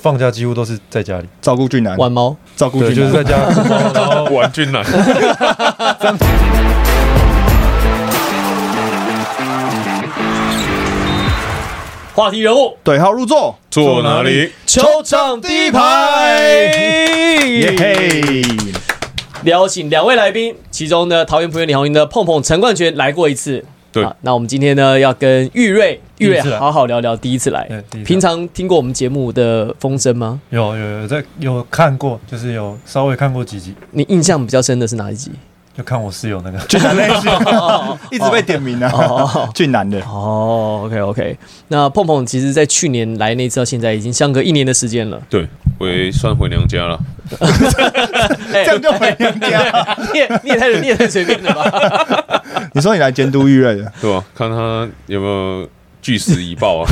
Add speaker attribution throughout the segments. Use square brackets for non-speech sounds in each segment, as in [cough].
Speaker 1: 放假几乎都是在家里，
Speaker 2: 照顾俊男，
Speaker 3: 玩猫，
Speaker 2: 照顾
Speaker 1: 对，
Speaker 2: 俊
Speaker 1: 就是在
Speaker 2: 男，
Speaker 1: 家， [laughs] 然后
Speaker 4: [laughs] 玩
Speaker 3: [laughs]
Speaker 4: 俊男，
Speaker 3: 话题人物，
Speaker 2: 对号入座，
Speaker 4: 坐哪里？
Speaker 3: 球场第一
Speaker 2: 耶
Speaker 3: 排。
Speaker 2: 嘿！
Speaker 3: 邀请两位来宾，其中呢，桃园璞园李红英的碰碰陈冠权来过一次。
Speaker 4: 对
Speaker 3: 啊，那我们今天呢要跟玉瑞，
Speaker 1: 第
Speaker 3: 玉瑞
Speaker 1: 一次来啊
Speaker 3: 好好聊聊第一次来
Speaker 1: 对第一次来
Speaker 3: 平常听过我们节目的风声吗？
Speaker 1: 有有有在有看过，就是有稍微看过几集，
Speaker 3: 你印象比较深的是哪一集？
Speaker 1: 就看我室友那个，
Speaker 2: 俊男类似，
Speaker 3: 哦
Speaker 2: [laughs] 一直被点名
Speaker 3: 哦
Speaker 2: 啊，俊男
Speaker 3: [laughs]
Speaker 2: 的，
Speaker 3: 哦，OK OK。那碰碰其实，在去年来那次到现在，已经相隔一年的时间了。
Speaker 4: 对，我也算回娘家了。
Speaker 3: 哎
Speaker 2: 这样就回娘家。
Speaker 3: [laughs] 你也你也太你也太随便了吧？
Speaker 2: [laughs] 你说你来监督玉瑞的，
Speaker 4: 对吧？看他有没有据实以报
Speaker 3: [laughs]
Speaker 4: 啊？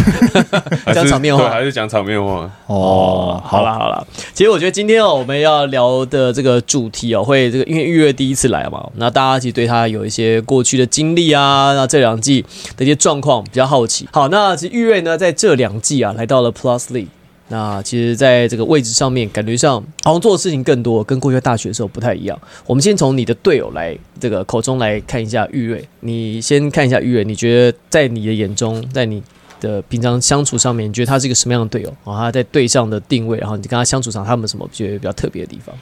Speaker 4: 还是
Speaker 3: 讲场面话
Speaker 4: 对，还是讲场面话？
Speaker 2: 哦，
Speaker 3: 好啦，好啦，其实我觉得今天哦，我们要聊的这个主题哦，会这个因为预约第一次来嘛，那大家其实对他有一些过去的经历啊，那这两季的一些状况比较好奇。好，那其实玉瑞呢，在这两季啊，来到了 Plus League。那其实，在这个位置上面，感觉上好像做的事情更多，跟过去在大学的时候不太一样。我们先从你的队友来这个口中来看一下玉瑞，你先看一下玉瑞，你觉得在你的眼中，在你的平常相处上面，你觉得他是一个什么样的队友？然后他在队上的定位，然后你跟他相处上，他们有什么觉得比较特别的地方？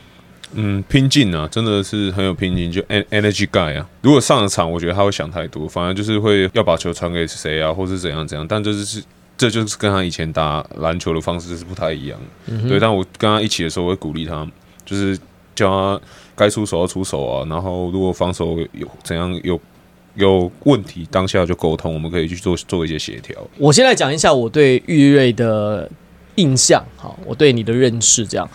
Speaker 4: 嗯，拼劲啊，真的是很有拼劲，就 en- energy guy 啊。如果上了场，我觉得他会想太多，反而就是会要把球传给谁啊，或是怎样怎样。但这就是这就是跟他以前打篮球的方式是不太一样。
Speaker 1: 嗯
Speaker 4: 对，但我跟他一起的时候，我会鼓励他，就是叫他该出手要出手啊。然后如果防守有怎样有有问题，当下就沟通，我们可以去做做一些协调。
Speaker 3: 我先来讲一下我对玉瑞的印象，好，我对你的认识这样，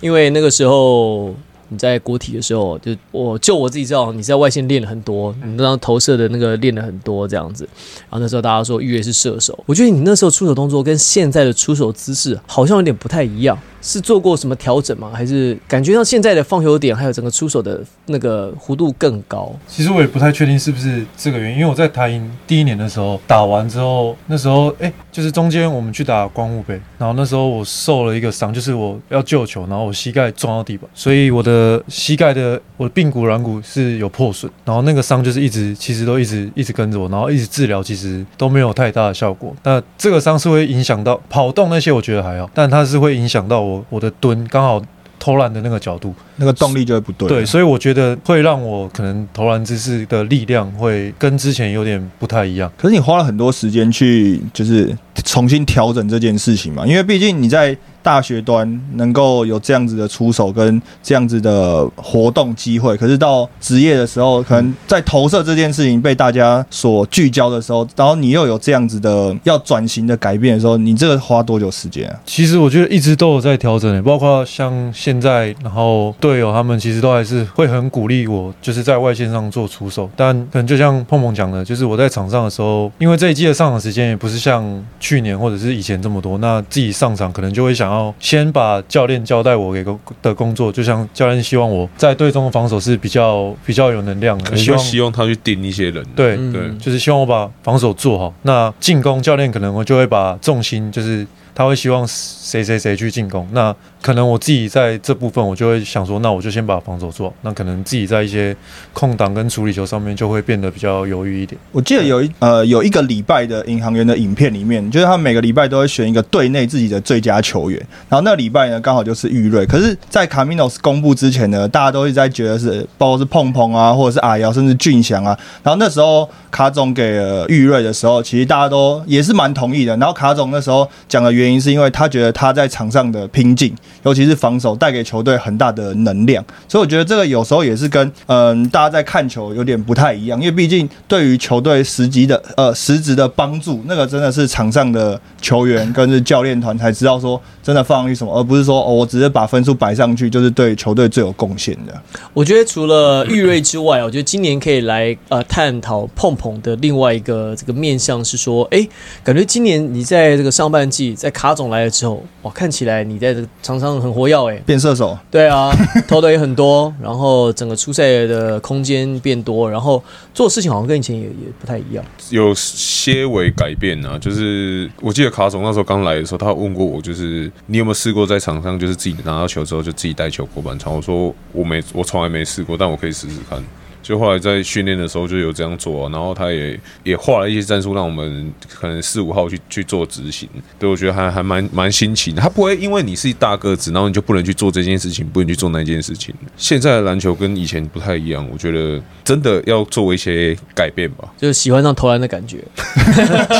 Speaker 3: 因为那个时候你在国体的时候，就我就我自己知道你在外线练了很多，你那张投射的那个练了很多这样子，然后那时候大家说玉瑞是射手，我觉得你那时候出手动作跟现在的出手姿势好像有点不太一样，是做过什么调整吗？还是感觉到现在的放球点还有整个出手的那个弧度更高？
Speaker 1: 其实我也不太确定是不是这个原因，因为我在台营第一年的时候打完之后，那时候哎、就是中间我们去打光雾杯，然后那时候我受了一个伤，就是我要救球，然后我膝盖撞到地板，所以我的膝盖的我的髌骨软骨是有破损，然后那个伤就是一直其实都一直一直跟着我，然后一直治疗，其实都没有太大的效果。那这个伤是会影响到跑动那些，我觉得还好，但它是会影响到我我的蹲，刚好投篮的那个角度。
Speaker 2: 那个动力就会不对。
Speaker 1: 对，所以我觉得会让我可能投篮姿势的力量会跟之前有点不太一样。
Speaker 2: 可是你花了很多时间去，就是重新调整这件事情嘛，因为毕竟你在大学端能够有这样子的出手跟这样子的活动机会，可是到职业的时候，可能在投射这件事情被大家所聚焦的时候，然后你又有这样子的要转型的改变的时候，你这个花多久时间啊？
Speaker 1: 其实我觉得一直都有在调整、欸包括像现在，然后队友他们其实都还是会很鼓励我，就是在外线上做出手。但可能就像碰碰讲的，就是我在场上的时候，因为这一季的上场时间也不是像去年或者是以前这么多，那自己上场可能就会想要先把教练交代我给工的工作，就像教练希望我在队中的防守是比较比较有能量的，
Speaker 4: 可能
Speaker 1: 希
Speaker 4: 就
Speaker 1: 望
Speaker 4: 希望他去盯一些人。啊
Speaker 1: 对。
Speaker 3: 嗯
Speaker 4: 对
Speaker 1: 就是希望我把防守做好。那进攻教练可能我就会把重心，就是他会希望谁谁谁去进攻。那可能我自己在这部分，我就会想说，那我就先把防守做好。那可能自己在一些空档跟处理球上面就会变得比较犹豫一点。
Speaker 2: 我记得有一呃有一个礼拜的银行员的影片里面，就是他每个礼拜都会选一个队内自己的最佳球员，然后那礼拜呢刚好就是玉瑞。可是，在 Caminos 公布之前呢，大家都一直在觉得是包括是碰碰啊，或者是阿瑶，甚至俊祥啊。然后那时候卡总给了玉瑞的时候，其实大家都也是蛮同意的。然后卡总那时候讲的原因是因为他觉得他在场上的拼劲，尤其是防守带给球队很大的能量。所以我觉得这个有时候也是跟嗯、大家在看球有点不太一样，因为毕竟对于球队实际的呃实质的帮助，那个真的是场上的球员跟是教练团才知道说真的放上去什么，而不是说哦我只是把分数摆上去就是对球队最有贡献的。
Speaker 3: 我觉得除了玉瑞之外，我觉得今年可以来呃探讨碰碰的另外一个这个面向是说，哎，感觉今年你在这个上半季在卡总来了之后，哇，看起来你在这个场上很活跃
Speaker 2: [laughs]
Speaker 3: 诶、
Speaker 2: 变射手，
Speaker 3: 对啊，投的也很多，然后整个出赛的空间变多，然后做的事情好像跟以前也也不太一样。
Speaker 4: 有些微改变啊，就是我记得卡总那时候刚来的时候，他有问过我，就是你有没有试过在场上，就是自己拿到球之后就自己带球过半场？我说我没，我从来没试过，但我可以试试看。就后来在训练的时候就有这样做、啊，然后他也也画了一些战术，让我们可能四五号去去做执行。对，我觉得还还蛮蛮新奇的。他不会因为你是大个子，然后你就不能去做这件事情，不能去做那件事情。现在的篮球跟以前不太一样，我觉得真的要做一些改变吧。
Speaker 3: 就是喜欢上投篮的感
Speaker 2: [laughs]
Speaker 3: 觉，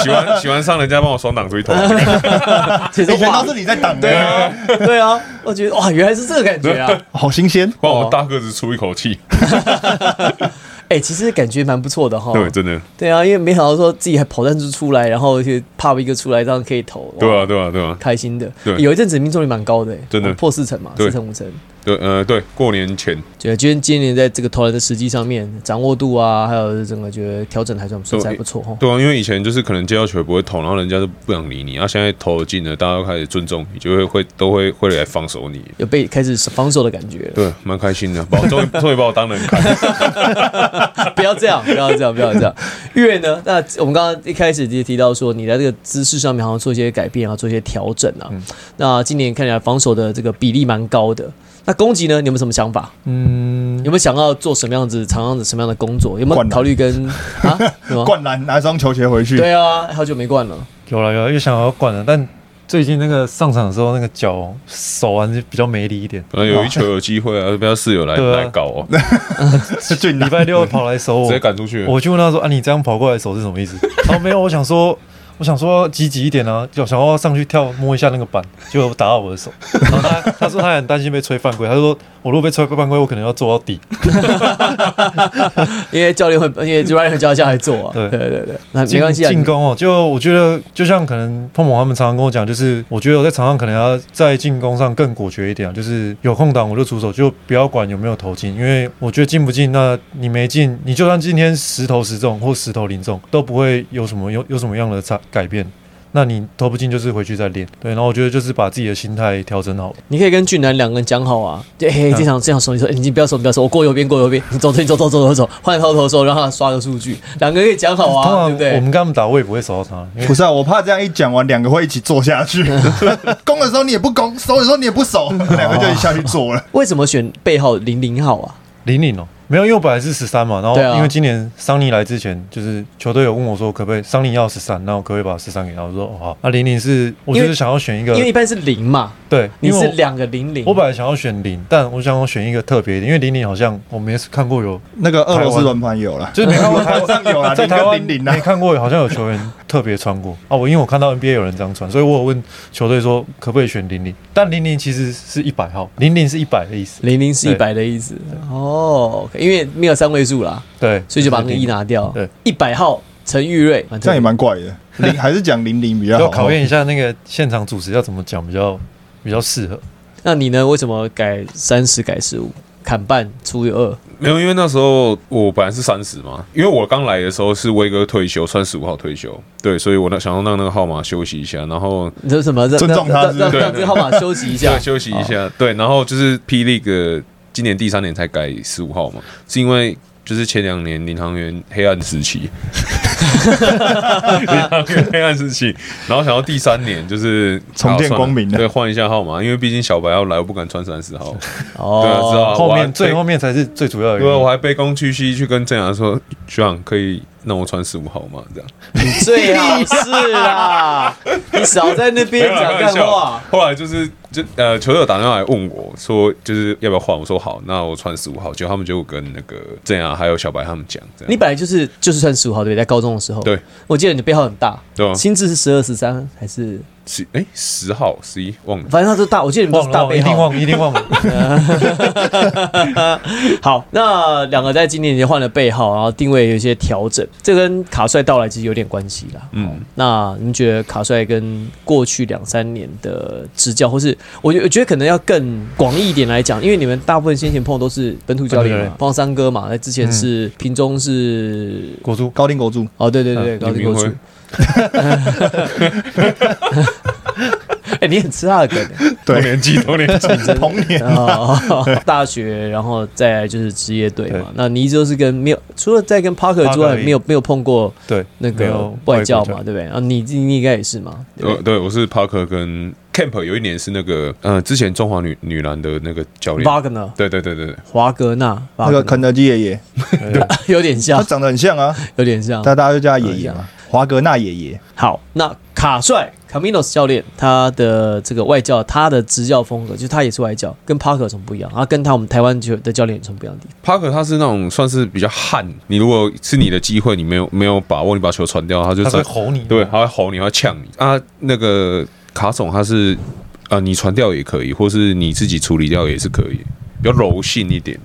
Speaker 4: 喜欢喜欢上人家帮我双挡出一
Speaker 1: [laughs]
Speaker 4: 头，
Speaker 1: 哦
Speaker 3: 其实
Speaker 2: 以前
Speaker 3: 哇
Speaker 2: 都是，你在挡
Speaker 3: 对
Speaker 2: 的，
Speaker 3: 啊，对啊，我觉得哇，原来是这个感
Speaker 2: [laughs]
Speaker 3: 觉啊，
Speaker 2: 好新鲜。
Speaker 4: 帮我大个子出一口气。
Speaker 3: 哎、其实感觉蛮不错
Speaker 1: 哦
Speaker 3: 的哈。
Speaker 4: 对，真的，
Speaker 3: 对啊，因为没想到说自己还跑弹出出来，然后去 pop 一个出来，这样可以投，哇
Speaker 4: 对啊，对啊，对啊，
Speaker 3: 开心的。
Speaker 4: 对
Speaker 3: 有一阵子命中率蛮高的、欸，
Speaker 4: 真的
Speaker 3: 哦破四成嘛，
Speaker 4: 对
Speaker 3: 四成五成。
Speaker 4: 对，呃，对，过年前
Speaker 3: 觉得今天今年在这个投篮的时机上面掌握度啊，还有整个觉得调整还算算是还不错哦哈。
Speaker 4: 对啊，因为以前就是可能接到球也不会投，然后人家都不想理你，然后现在投进了，大家都开始尊重你，就会会都会会来放手你。
Speaker 3: 有被开始防守的感觉了，
Speaker 4: 对，蛮开心的，把我终于 [laughs] 终于把我当人
Speaker 1: [laughs]
Speaker 4: 看。
Speaker 3: [laughs] 不要这样，不要这样，不要这样。月呢？那我们刚刚一开始也提到说，你在这个姿势上面好像做一些改变啊，做一些调整啊。
Speaker 2: 嗯
Speaker 3: 那今年看起来防守的这个比例蛮高的，那攻击呢？你有没有什么想法？
Speaker 1: 嗯，
Speaker 3: 有没有想要做什么样子、常样子、什么样的工作？有没有
Speaker 2: 灌篮
Speaker 3: 考虑跟
Speaker 2: [laughs]
Speaker 3: 啊什么？
Speaker 2: 灌篮拿一双球鞋回去，
Speaker 3: 对啊，好久没灌了。
Speaker 1: 有了有了，又想要灌了，但最近那个上场的时候，那个脚手腕就比较没力一点。
Speaker 4: 可能呃有一球有机会啊，不要室友来
Speaker 1: 对啊
Speaker 4: 来搞哦，
Speaker 2: 是最
Speaker 1: 礼
Speaker 2: 难。
Speaker 1: 拜六跑来守
Speaker 4: [laughs]
Speaker 1: 我
Speaker 4: 直接，赶出去。
Speaker 1: 我就问他说：“啊，你这样跑过来手是什么意思？”他说：“没有，我想说，我想说积极一点啊，就想要上去跳摸一下那个板，结果打到我的手。”然后他他说他很担心被吹犯规，他说：“我如果被吹犯规，我可能要做到底。
Speaker 3: 因为教练会，因为 Ryan 会教教来做啊。对
Speaker 1: 对
Speaker 3: 对对那
Speaker 1: 进”
Speaker 3: 没关系啊。
Speaker 1: 进攻哦，就我觉得就像可能碰碰他们常常跟我讲，就是我觉得我在场上可能要在进攻上更果决一点啊，就是有空档我就出手，就不要管有没有投进，因为我觉得进不进，那你没进，你就算今天十投十中或十投零中，都不会有什么有有什么样的差改变。那你投不进就是回去再练，对。然后我觉得就是把自己的心态调整好，
Speaker 3: 你可以跟俊男两个人讲好啊，就嘿，这场这场手你说，欸你不要手，你不要手，我过右边，过右边，你走，你走，走，走，走，走，换头头的时候让他刷个数据，两个人可以讲好
Speaker 1: 通常
Speaker 3: 啊，对不
Speaker 1: 我
Speaker 3: 对？
Speaker 1: 们跟他们打，我也不会守到他，因为
Speaker 2: 不是啊，我怕这样一讲完，两个会一起做下 [laughs] 去。攻的时候你也不攻，守的时候你也不守，两个就一下去做了。
Speaker 3: 为什么选背号零零号啊？
Speaker 1: 零零哦，没有，因为我本来是十三嘛，然后
Speaker 3: 对啊
Speaker 1: 因为今年桑尼来之前，就是球队有问我说可不可以桑尼要十三，那我可不可以把十三给他？我说哦好，那零零是我就
Speaker 3: 因为
Speaker 1: 是想要选一个
Speaker 3: 因为一般是零嘛，
Speaker 1: 对，
Speaker 3: 你
Speaker 1: 因为
Speaker 3: 是
Speaker 1: 我
Speaker 3: 两个零零，
Speaker 1: 我本来想要选零，但我想要选一个特别一点，因为零零好像我没看过有，
Speaker 2: 那个俄罗斯轮盘有了，
Speaker 1: [laughs] 就是没看过台
Speaker 2: 台上有
Speaker 1: [laughs]
Speaker 2: 了，
Speaker 1: 在
Speaker 2: 零
Speaker 1: 台
Speaker 2: 跟
Speaker 1: 湾
Speaker 2: 零零啊
Speaker 1: 没。看过有好像有球员特别穿过啊。我因为我看到 NBA 有人这样穿，所以我有问球队说可不可以选零零，但零零其实是一百号，零零是一百的意思，
Speaker 3: 零零是一
Speaker 1: 对
Speaker 3: 百的意思哦，因为没有三位数啦，
Speaker 1: 对，
Speaker 3: 所以就把那个
Speaker 1: 零
Speaker 3: 一拿掉。
Speaker 1: 对，
Speaker 3: 一百号陈玉瑞，反
Speaker 2: 这样
Speaker 3: 正
Speaker 2: 也蛮怪的。零还是讲零零比较
Speaker 1: 要
Speaker 2: 好，
Speaker 1: 考验一下那个现场主持要怎么讲比较比较适合。
Speaker 3: 那你呢？为什么改三十改十五，砍半除以二？
Speaker 4: 没有，因为那时候我本来是三十嘛，因为我刚来的时候是威哥退休，三十五号退休，对，所以我那想要让那个号码休息一下，然后
Speaker 3: 你说什么？让
Speaker 2: 尊重他
Speaker 3: 让
Speaker 2: 是不
Speaker 3: 让
Speaker 2: 是
Speaker 3: 让这个号码休息一下
Speaker 4: 对，，休息一下。对，然后就是霹雳个今年第三年才改十五号嘛，是因为就是前两年领航员黑暗时期，领航员黑暗时期，然后想要第三年就是
Speaker 2: 重见光明
Speaker 4: 啊
Speaker 2: 了
Speaker 4: 算了对，换一下号码，因为毕竟小白要来，我不敢穿三十号，
Speaker 3: 哦，
Speaker 4: 对啊，知道啊
Speaker 1: 后
Speaker 4: 我还
Speaker 1: 面最
Speaker 4: 被
Speaker 1: 后面才是最主要的
Speaker 4: 对啊，
Speaker 1: 原因
Speaker 4: 我。还卑躬屈膝去跟郑阳说，学长可以让我穿十五号吗？这样。
Speaker 3: 你
Speaker 4: [laughs]
Speaker 3: 最好是啦，你少在那
Speaker 4: 没
Speaker 3: 边
Speaker 4: 有啦
Speaker 3: 讲
Speaker 4: 开玩
Speaker 3: 干
Speaker 4: 笑
Speaker 3: 话。
Speaker 4: 后来就是就呃，球友打电话来问我说，就是要不要换？我说好，那我穿十五号。结果他们就跟那个郑阳还有小白他们讲，这样
Speaker 3: 你本来就是就是算十五号对不对？在高中的时候，
Speaker 4: 对，
Speaker 3: 我记得你的背号很大，
Speaker 4: 对啊
Speaker 3: 心智是十二十三还是？
Speaker 4: 十哎十号十一忘了。
Speaker 3: 反正他都大，我记得你们都
Speaker 1: 忘
Speaker 3: 是大
Speaker 1: 了，忘了
Speaker 4: 啊
Speaker 3: 背
Speaker 1: 一定
Speaker 3: 号。
Speaker 1: 忘了，一定忘了。
Speaker 3: 好，那两个在今年也换了背号，然后定位有一些调整，这跟卡帅到来其实有点关系啦。
Speaker 4: 嗯，
Speaker 3: 那你们觉得卡帅跟过去两三年的执教，或是我觉我觉得可能要更广义一点来讲，因为你们大部分先前碰的都是本土教
Speaker 1: 本
Speaker 3: 练
Speaker 1: 土教
Speaker 3: 嘛
Speaker 1: 练，
Speaker 3: 碰到三哥嘛，那之前是屏中是、
Speaker 1: 国
Speaker 4: [laughs]
Speaker 1: 足
Speaker 2: 高定国柱
Speaker 4: 啊
Speaker 3: 哦，对对对，
Speaker 1: 嗯
Speaker 3: 高
Speaker 4: 李
Speaker 3: 级
Speaker 4: 明
Speaker 3: 过
Speaker 4: 辉
Speaker 3: 去。 [laughs] 哎、你很吃他的梗
Speaker 4: 多
Speaker 2: 对，
Speaker 4: 年纪，多年纪，
Speaker 2: 童年
Speaker 3: 啊、大学，然后再来就是职业队嘛
Speaker 1: 对。
Speaker 3: 那你一直都是跟没有，除了在跟 Parker 之
Speaker 1: Parker
Speaker 3: 外，
Speaker 1: 而已
Speaker 3: 没有没有碰过
Speaker 1: 对，
Speaker 3: 那
Speaker 1: 没
Speaker 3: 个
Speaker 1: 有
Speaker 3: 外教
Speaker 1: 国
Speaker 3: 嘛，对不对？啊，你你应该也是嘛，对不对
Speaker 4: 呃，对，我是 Parker 跟 Camp，有一年是那个呃，之前中华女女篮的那个教练，
Speaker 3: Wagner
Speaker 4: 对对对对对，
Speaker 3: 华格纳，
Speaker 2: 那个
Speaker 3: Wagner
Speaker 2: 肯德基爷爷，
Speaker 1: 对，对
Speaker 3: [laughs] 有点
Speaker 2: 他
Speaker 3: 像，
Speaker 2: 长得很像啊，
Speaker 3: 有点像。
Speaker 2: 但大家就叫他爷爷嘛，华格纳爷爷。
Speaker 3: 好，那卡帅 Caminos 教练他的这个外教，他的执教风格就是他也是外教，跟 Parker 有什么不一样？啊，跟他我们台湾球的教练有什么不一样的地方？
Speaker 4: Parker 他是那种算是比较悍，你如果是你的机会，你没有没有把握，你把球传掉，他就
Speaker 1: 他
Speaker 4: 真
Speaker 1: 会吼你，
Speaker 4: 对，他会吼你，他会呛你啊。那个卡总他是呃，你传掉也可以，或是你自己处理掉也是可以，比较柔性一点。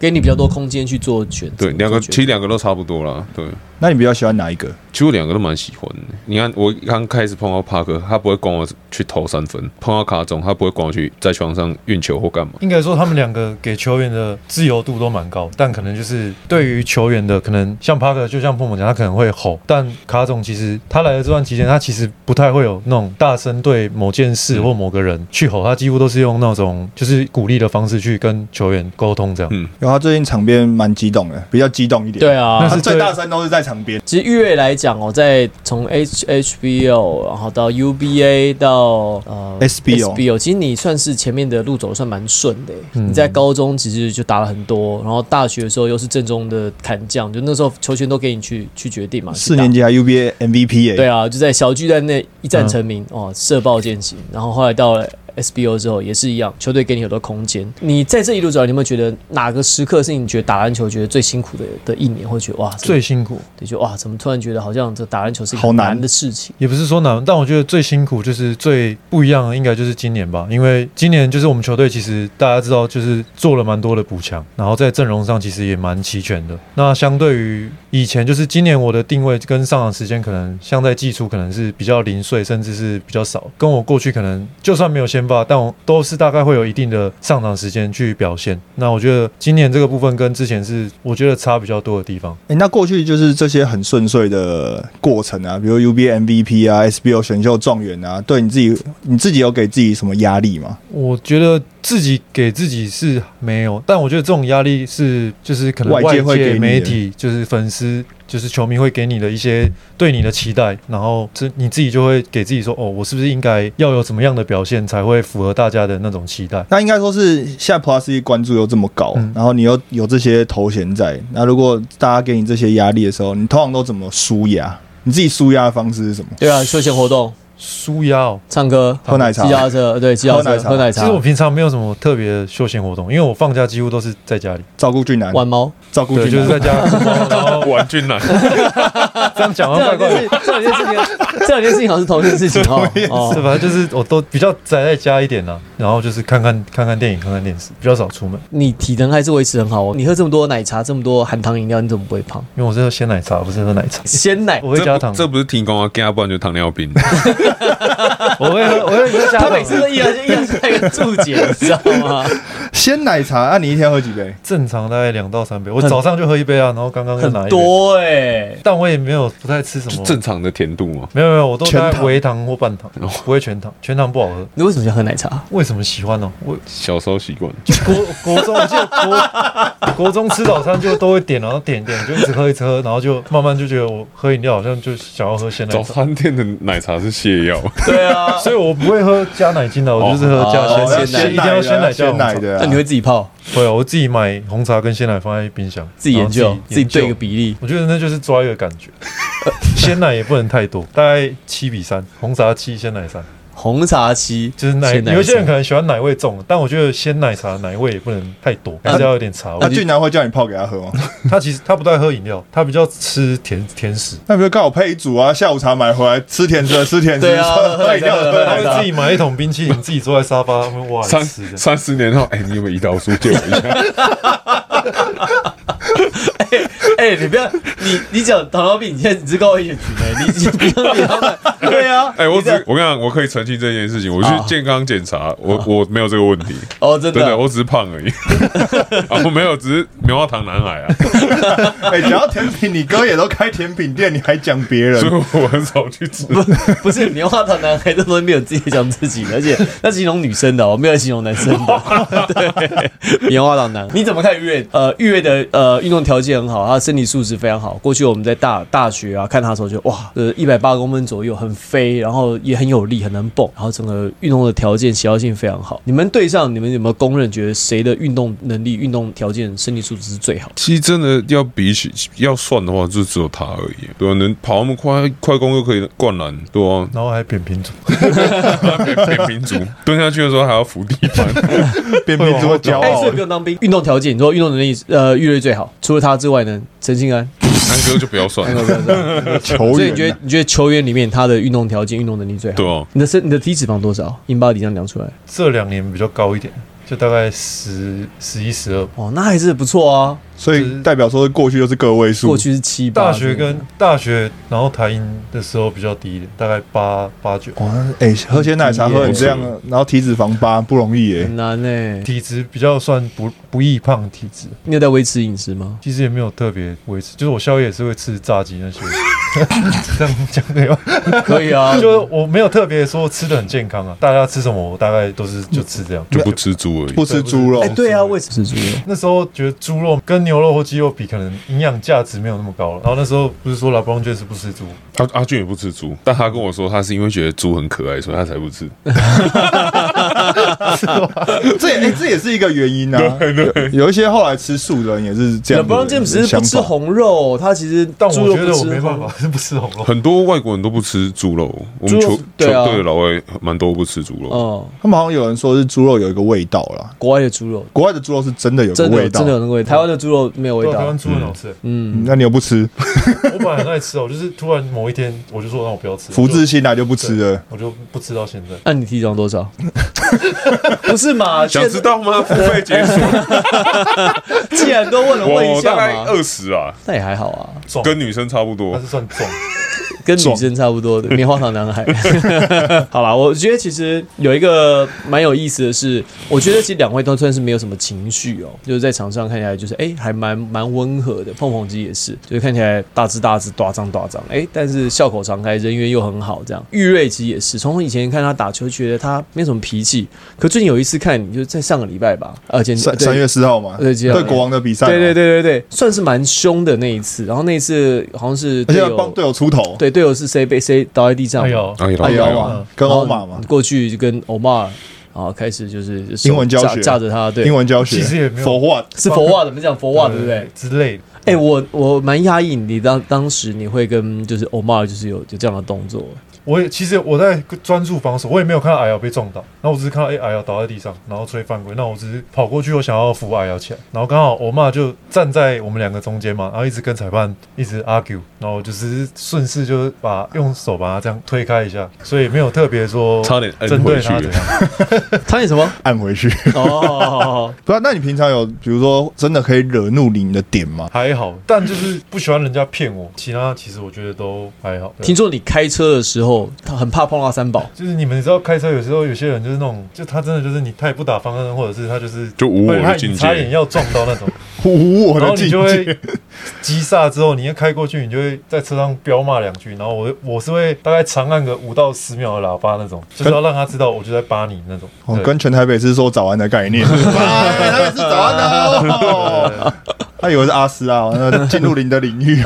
Speaker 3: 给你比较多空间去做选择。
Speaker 4: 对，两个
Speaker 3: 做决
Speaker 4: 其
Speaker 3: 定
Speaker 4: 实两个都差不多啦。对，
Speaker 2: 那你比较喜欢哪一个？
Speaker 4: 其实我两个都蛮喜欢的。你看我刚开始碰到 Parker，他不会管我去投三分；碰到卡总，他不会管我去在球场上运球或干嘛。
Speaker 1: 应该说，他们两个给球员的自由度都蛮高，但可能就是对于球员的，可能像帕克，就像父母讲，他可能会吼，但卡总其实他来的这段期间，他其实不太会有那种大声对某件
Speaker 4: 嗯
Speaker 1: 事或某个人去吼，他几乎都是用那种就是鼓励的方式去跟球员沟通这样。
Speaker 4: 嗯
Speaker 2: 然后他最近场边蛮激动的，比较激动一点。
Speaker 3: 对，啊，
Speaker 1: 那
Speaker 2: 他
Speaker 1: 是
Speaker 2: 最大声都是在场边。
Speaker 3: 其实越位来讲哦，在从 H H B O，然后到 U B A 到呃
Speaker 2: SBO
Speaker 3: B O，其实你算是前面的路走得算蛮顺的耶、
Speaker 1: 嗯
Speaker 3: 你在高中其实就打了很多，然后大学的时候又是正宗的砍将，就那时候球权都给你去去决定嘛。去
Speaker 2: 四
Speaker 3: 打
Speaker 2: 年级还 UBA MVP 耶、
Speaker 3: 对啊，就在小巨蛋那一战成名、哦，射爆剑行。然后后来到了 SBO 之后也是一样，球队给你很多空间。你在这一路走来，你有没有觉得哪个时刻是你觉得打篮球觉得最辛苦的的一年？会觉得哇，这
Speaker 1: 最辛苦
Speaker 3: 对，就哇，怎么突然觉得好像这打篮球是一个
Speaker 2: 好
Speaker 3: 很
Speaker 2: 难
Speaker 3: 难的事情？
Speaker 1: 也不是说难，但我觉得最辛苦就是最不一样的，应该就是今年吧，因为今年就是我们球队其实大家知道，就是做了蛮多的补强，然后在阵容上其实也蛮齐全的。那相对于以前，就是今年我的定位跟上场时间可能像在季初可能是比较零碎，甚至是比较少，跟我过去可能就算没有先发，但我都是大概会有一定的上场时间去表现。那我觉得今年这个部分跟之前是我觉得差比较多的地方。
Speaker 2: 诶那过去就是这些很顺遂的过程啊，比如 UBA MVP 啊、SBO 选秀状元啊，对你自己，你自己有给自己什么压力吗？
Speaker 1: 我觉得自己给自己是没有，但我觉得这种压力是就是可能
Speaker 2: 外界
Speaker 1: 外
Speaker 2: 会给你
Speaker 1: 界
Speaker 2: 的
Speaker 1: 媒体就是粉丝就是球迷会给你的一些对你的期待，然后这你自己就会给自己说哦，我是不是应该要有怎么样的表现才会符合大家的那种期待？
Speaker 2: 那应该说是现在 Plus 一关注又这么高，
Speaker 1: 嗯
Speaker 2: 然后你又有这些头衔在，那如果大家给你这些压力的时候，你通常都怎么舒压？你自己舒压的方式是什么？
Speaker 3: 对啊，休闲活动、
Speaker 1: 舒压哦，
Speaker 3: 唱 [laughs] 歌、
Speaker 2: 喝奶茶
Speaker 3: 骑脚踏车，对，骑脚踏车、
Speaker 2: 喝
Speaker 3: 喝
Speaker 2: 奶
Speaker 3: 奶
Speaker 1: 其
Speaker 3: 茶
Speaker 1: 实、我平常没有什么特别的休闲活动，因为我放假几乎都是在家里，
Speaker 2: 照顾俊男，
Speaker 3: [laughs] 玩猫。
Speaker 2: 照顾
Speaker 1: 对，
Speaker 2: 俊
Speaker 1: 就是在
Speaker 2: 男。 [laughs]
Speaker 1: 家，然后
Speaker 4: 玩俊 [laughs] 男，
Speaker 1: 这样讲好
Speaker 3: 这
Speaker 1: 像怪
Speaker 3: 两
Speaker 1: 怪的
Speaker 3: 件。
Speaker 2: [laughs]
Speaker 3: 事，这两件事情， [laughs] 这两件事情好像是同一件事情哦。
Speaker 1: 是
Speaker 3: 哦，
Speaker 1: 吧？就是我都比较宅在家一点啦、然后就是看看看看电影，看看电视，比较少出门，
Speaker 3: 你体能还是维持很好哦。你喝这么多奶茶，这么多含糖饮料，你怎么不会胖？
Speaker 1: 因为我是喝鲜奶茶，不是喝奶 [laughs] 茶。
Speaker 3: 鲜奶，
Speaker 1: 我会加糖，
Speaker 4: 这不是提供啊，给他不然就糖
Speaker 1: [laughs]
Speaker 4: 尿病。
Speaker 1: 我会喝，我会喝加
Speaker 3: [laughs] 他
Speaker 1: 糖。
Speaker 3: 每次都一而就一而再地注解，你知道
Speaker 1: [laughs]
Speaker 3: 吗？
Speaker 2: 鲜奶茶，那、你一天喝几杯？
Speaker 1: 正常大概两到三杯，我
Speaker 3: 很
Speaker 1: 早上就喝一杯啊，然后刚刚又
Speaker 3: 很
Speaker 1: 拿一杯，
Speaker 3: 多哎，
Speaker 1: 但我也没有不太吃什
Speaker 4: 就
Speaker 1: 么，
Speaker 4: 正常的甜度嘛。
Speaker 1: 没有没有，我都
Speaker 2: 全
Speaker 1: 大概
Speaker 2: 糖
Speaker 1: 微糖或半糖，不会全糖，全糖不好喝。
Speaker 3: 你为什么想喝奶茶？
Speaker 1: 为什么喜欢哦呢？我
Speaker 4: 小时候习惯，
Speaker 1: 国国中我 [laughs] 记得国国中吃早餐就都会点，然后点点就一直喝一直喝，然后就慢慢就觉得我喝饮料好像就想要喝鲜奶
Speaker 4: 早
Speaker 1: 茶，
Speaker 4: 餐店的奶茶是泻药。
Speaker 3: 对啊，
Speaker 1: 所以我不会喝加奶精的，我就是喝加
Speaker 3: 哦
Speaker 1: 鲜
Speaker 3: 鲜奶
Speaker 1: 一定要鲜奶加
Speaker 2: 鲜
Speaker 1: 红茶
Speaker 2: 奶。的啊、
Speaker 3: [laughs] 那你会自己泡，
Speaker 1: 会啊，我自己买红茶跟鲜奶放在冰箱，
Speaker 3: 自己研
Speaker 1: 然
Speaker 3: 究
Speaker 1: 后，
Speaker 3: 自己对
Speaker 1: 研
Speaker 3: 个
Speaker 1: 究
Speaker 3: 比例。
Speaker 1: 我觉得那就是抓一个感觉， [laughs] 鲜奶也不能太多，大概七比三，红茶七，鲜奶三，
Speaker 3: 红茶七
Speaker 1: 就是奶。
Speaker 3: 鲜奶
Speaker 1: 有些人
Speaker 3: 茶
Speaker 1: 可能喜欢奶味重，但我觉得鲜奶茶奶味也不能太多，
Speaker 3: 啊
Speaker 1: 还是要有点茶
Speaker 2: 那
Speaker 1: 味。
Speaker 2: 俊男会叫你泡给他喝吗？
Speaker 1: 他其实他不太喝饮料，他比较吃甜甜食，
Speaker 2: 那比如刚好配一组啊，下午茶买回来吃甜食的，吃甜食，
Speaker 3: 对啊
Speaker 2: 喝饮料的喝
Speaker 1: 他
Speaker 2: 饮料
Speaker 1: 会自己买一桶冰淇淋，自己坐在沙
Speaker 3: [laughs]
Speaker 1: 发上面哇
Speaker 4: 三
Speaker 1: 吃的。
Speaker 4: 三十年后，哎、你有没有胰岛素借我一下？
Speaker 3: [laughs] 哎、你不要，你你讲糖尿病，你现在只是高危险群哎，你你不要理
Speaker 1: [laughs]
Speaker 3: 他们。对啊，
Speaker 4: [laughs] 哎、我
Speaker 3: 你
Speaker 4: 只
Speaker 3: 这样
Speaker 4: 我跟你讲，我可以澄清这件事情。我去
Speaker 3: 啊
Speaker 4: 健康检查，我我没有这个问题，
Speaker 3: 哦，真
Speaker 4: 啊 [laughs] 真的，啊
Speaker 3: 的，
Speaker 4: 我只是胖 [laughs] 而已。啊，我没有，只是棉花糖男孩啊，
Speaker 2: [laughs] 哎，讲到甜品，你哥也都开甜品店，你还讲别人 [laughs]
Speaker 4: [laughs] 所以？我很少去吃。
Speaker 3: 不 [laughs] 是棉花糖男孩这东西没有自己讲自己的，而且那是形容女生的哦，没有形容男生的。 [laughs] 对，棉花糖男，你怎么看玉月？呃，玉月的呃运动条件很好，他身体素质非常好。过去我们在大大学啊看他的时候就，哇，呃一百八公分左右，很飞，然后也很有力，很能蹦，然后整个运动的条件协调性非常好。你们队上你们有没有公认觉得谁的运动能力、运动条件、身体素质是最好的？
Speaker 4: [laughs] 其实真的要比起要算的话，就只有他而已。对啊，能跑那么快，快攻又可以灌篮，对 [laughs] 啊，
Speaker 1: 然后还扁平足，
Speaker 4: 扁平足蹲下去的时候还要扶地 [laughs] 板。
Speaker 2: 扁平足会骄
Speaker 3: 哎、
Speaker 2: 傲
Speaker 3: 所以不用当兵。运动条件，你说运动能力，呃，玉瑞最好。除了他之外呢，陈信安，
Speaker 4: 安哥就不要算
Speaker 3: 哎
Speaker 4: 了，
Speaker 3: 不要这样
Speaker 2: 球
Speaker 3: 所以你觉
Speaker 2: 员啊
Speaker 3: 得你觉得球员里面他的运动条件、运动能力最好？
Speaker 4: [laughs] 对啊，
Speaker 3: 你的身你的体脂肪多少？英巴迪这样量出来，
Speaker 1: 这两年比较高一点，就大概十十一十二。
Speaker 3: 哦，那还是不错啊。
Speaker 2: 啊，所以代表说过去就是个位数
Speaker 3: 过。去是七八，
Speaker 1: 大学跟大学，然后台英的时候比较低一点，大概八八九，
Speaker 2: 哇，哎，喝些奶茶喝成这样，然后体脂肪八不容易耶
Speaker 3: 很。难呢、
Speaker 1: 体质比较算不不易胖体质，
Speaker 3: 你有在维持饮食吗？
Speaker 1: 其实也没有特别维持，就是我宵夜也是会吃炸鸡
Speaker 3: [laughs]
Speaker 1: 那些，这样讲可以吗？
Speaker 3: 可以 [laughs] 啊，
Speaker 1: 就我没有特别说吃的很健康啊，大家吃什么我大概都是就吃这样。
Speaker 4: 就不吃猪而已。
Speaker 2: 不吃猪肉
Speaker 3: 哎、，对
Speaker 1: 欸
Speaker 3: 啊，为什么是猪肉？
Speaker 1: 那时候觉得猪肉跟牛肉或鸡肉比，可能营养价值没有那么高了。然后那时候不是说 LeBron James 不吃猪，
Speaker 4: 阿阿俊也不吃猪，但他跟我说，他是因为觉得猪很可爱，所以他才不吃。
Speaker 2: 这也哎这也是一个原因啊。有有一些后来吃素的人也是这样的
Speaker 3: LeBron
Speaker 2: 想法。
Speaker 3: James 只是不吃红肉，他其实
Speaker 1: 但我
Speaker 3: 猪肉
Speaker 1: 觉得
Speaker 3: 不
Speaker 1: 我
Speaker 3: 吃哦
Speaker 1: 没办
Speaker 3: 红
Speaker 1: 法
Speaker 3: 肉。
Speaker 1: 是不吃红肉。
Speaker 4: 很多外国人都不吃猪肉，我
Speaker 3: 猪
Speaker 4: 们
Speaker 3: 肉
Speaker 4: 球
Speaker 3: 是
Speaker 4: 球
Speaker 3: 对
Speaker 4: 队
Speaker 3: 啊
Speaker 4: 的老外蛮多不吃猪肉。
Speaker 3: 哦、
Speaker 2: 他们好像有人说是猪肉有一个味道啦，
Speaker 3: 国外的猪肉
Speaker 2: 国外的猪肉是真的有个
Speaker 3: 真的
Speaker 2: 味
Speaker 3: 有
Speaker 2: 道
Speaker 3: 真的。有那个味道，台湾的猪肉没有味
Speaker 1: 对啊，台
Speaker 3: 道
Speaker 1: 湾。猪很好吃欸、
Speaker 3: 嗯，
Speaker 2: 那你又不吃，
Speaker 1: 我本来很爱吃哦，我就是突然某一天我就说让我不要吃，
Speaker 2: 福至心来就不吃了。
Speaker 1: 我就不吃到现在。
Speaker 3: 那、你体重
Speaker 1: [laughs]
Speaker 3: 多少？不是嘛？
Speaker 4: 想
Speaker 3: 现
Speaker 4: 知道吗？付费解锁，
Speaker 3: 既然都问了，问一
Speaker 4: 我
Speaker 3: 下
Speaker 4: 大概
Speaker 3: 嘛。
Speaker 4: 二十啊，
Speaker 3: 那也还好啊。
Speaker 1: 重，
Speaker 4: 跟女生差不多
Speaker 1: 它是。算重，
Speaker 3: 跟女生差
Speaker 2: [laughs]
Speaker 3: 不多的棉花糖男孩。 [laughs] 好啦，我觉得其实有一个蛮有意思的是，我觉得其实两位都算是没有什么情绪哦，就是在场上看起来就是哎、还蛮蛮温和的。碰碰机也是，就是看起来大只大只，大张大张，哎、但是笑口常开，人缘又很好。这样，玉瑞其实也是，从以前看他打球，觉得他没什么脾气，可最近有一次看你，就是在上个礼拜吧，而且
Speaker 2: 三
Speaker 3: 对
Speaker 2: 三月四号嘛，
Speaker 3: 对这样
Speaker 2: 对国王的比赛嘛，
Speaker 3: 对对对对对，算是蛮凶的那一次。然后那一次好像是
Speaker 2: 而
Speaker 3: 队
Speaker 2: 且要帮
Speaker 3: 友，
Speaker 2: 队友出头，
Speaker 3: [laughs] 对队友是谁被谁倒在地上嘛
Speaker 1: 哎，呦，
Speaker 4: 哎
Speaker 2: 哎
Speaker 4: 呀，
Speaker 2: 呦
Speaker 1: 嗯
Speaker 2: 嘛，跟
Speaker 3: 然后
Speaker 2: 欧马嘛，
Speaker 3: 过去就跟欧玛啊开始就是手
Speaker 2: 英文教
Speaker 3: 架
Speaker 2: 学
Speaker 3: 架着他，对，
Speaker 2: 英文教学，
Speaker 1: 其实也没有
Speaker 2: for what，
Speaker 3: 是佛话，怎么讲佛话，对不对？
Speaker 1: 之类的，
Speaker 3: 哎、我我蛮讶异，你当当时你会跟就是欧玛就是有有这样的动
Speaker 2: [laughs]
Speaker 3: 作，
Speaker 1: 我也其实我在专注防守，我也没有看到矮瑶被撞倒，然后我只是看到哎矮瑶倒在地上，然后吹犯规，那我只是跑过去，我想要扶矮瑶起来，然后刚好我妈就站在我们两个中间嘛，然后一直跟裁判一直 argue，然后我就只是顺势就是把用手把它这样推开一下，所以没有特别说
Speaker 4: 差点摁
Speaker 1: 针对
Speaker 4: 回去
Speaker 1: 他怎样，
Speaker 3: 他演什么？
Speaker 2: 按回去。 [laughs]
Speaker 3: 哦，
Speaker 2: 不然，那你平常有比如说真的可以惹怒你的点吗？
Speaker 1: 还
Speaker 4: [laughs]
Speaker 1: 好，但就是不喜欢人家骗我，其他其实我觉得都还好。对
Speaker 3: 听说你开车的时候，他很怕碰到三宝，
Speaker 1: 就是你们知道开车有时候有些人就是那种，就他真的就是你他也不打方向灯，或者是他就是
Speaker 4: 就无我
Speaker 1: 会
Speaker 4: 的
Speaker 1: 害你
Speaker 4: 境界
Speaker 1: 差点要撞到那
Speaker 4: [laughs]
Speaker 1: 种，
Speaker 2: 无我
Speaker 1: 然后
Speaker 2: 的
Speaker 1: 你
Speaker 2: 境
Speaker 1: 就
Speaker 2: 界，
Speaker 1: 会急刹之后，你一开过去，你就会在车上飙骂两句，然后我我是会大概长按个五到十秒的喇叭那种，就是要让他知道我就在扒你那种。
Speaker 2: 哦，
Speaker 1: 对
Speaker 2: 跟全台北是说早安的
Speaker 1: [laughs]
Speaker 2: 概念，哎台北市早安
Speaker 3: [laughs]
Speaker 2: 哦。他以为是阿斯啊，那进入您的领域。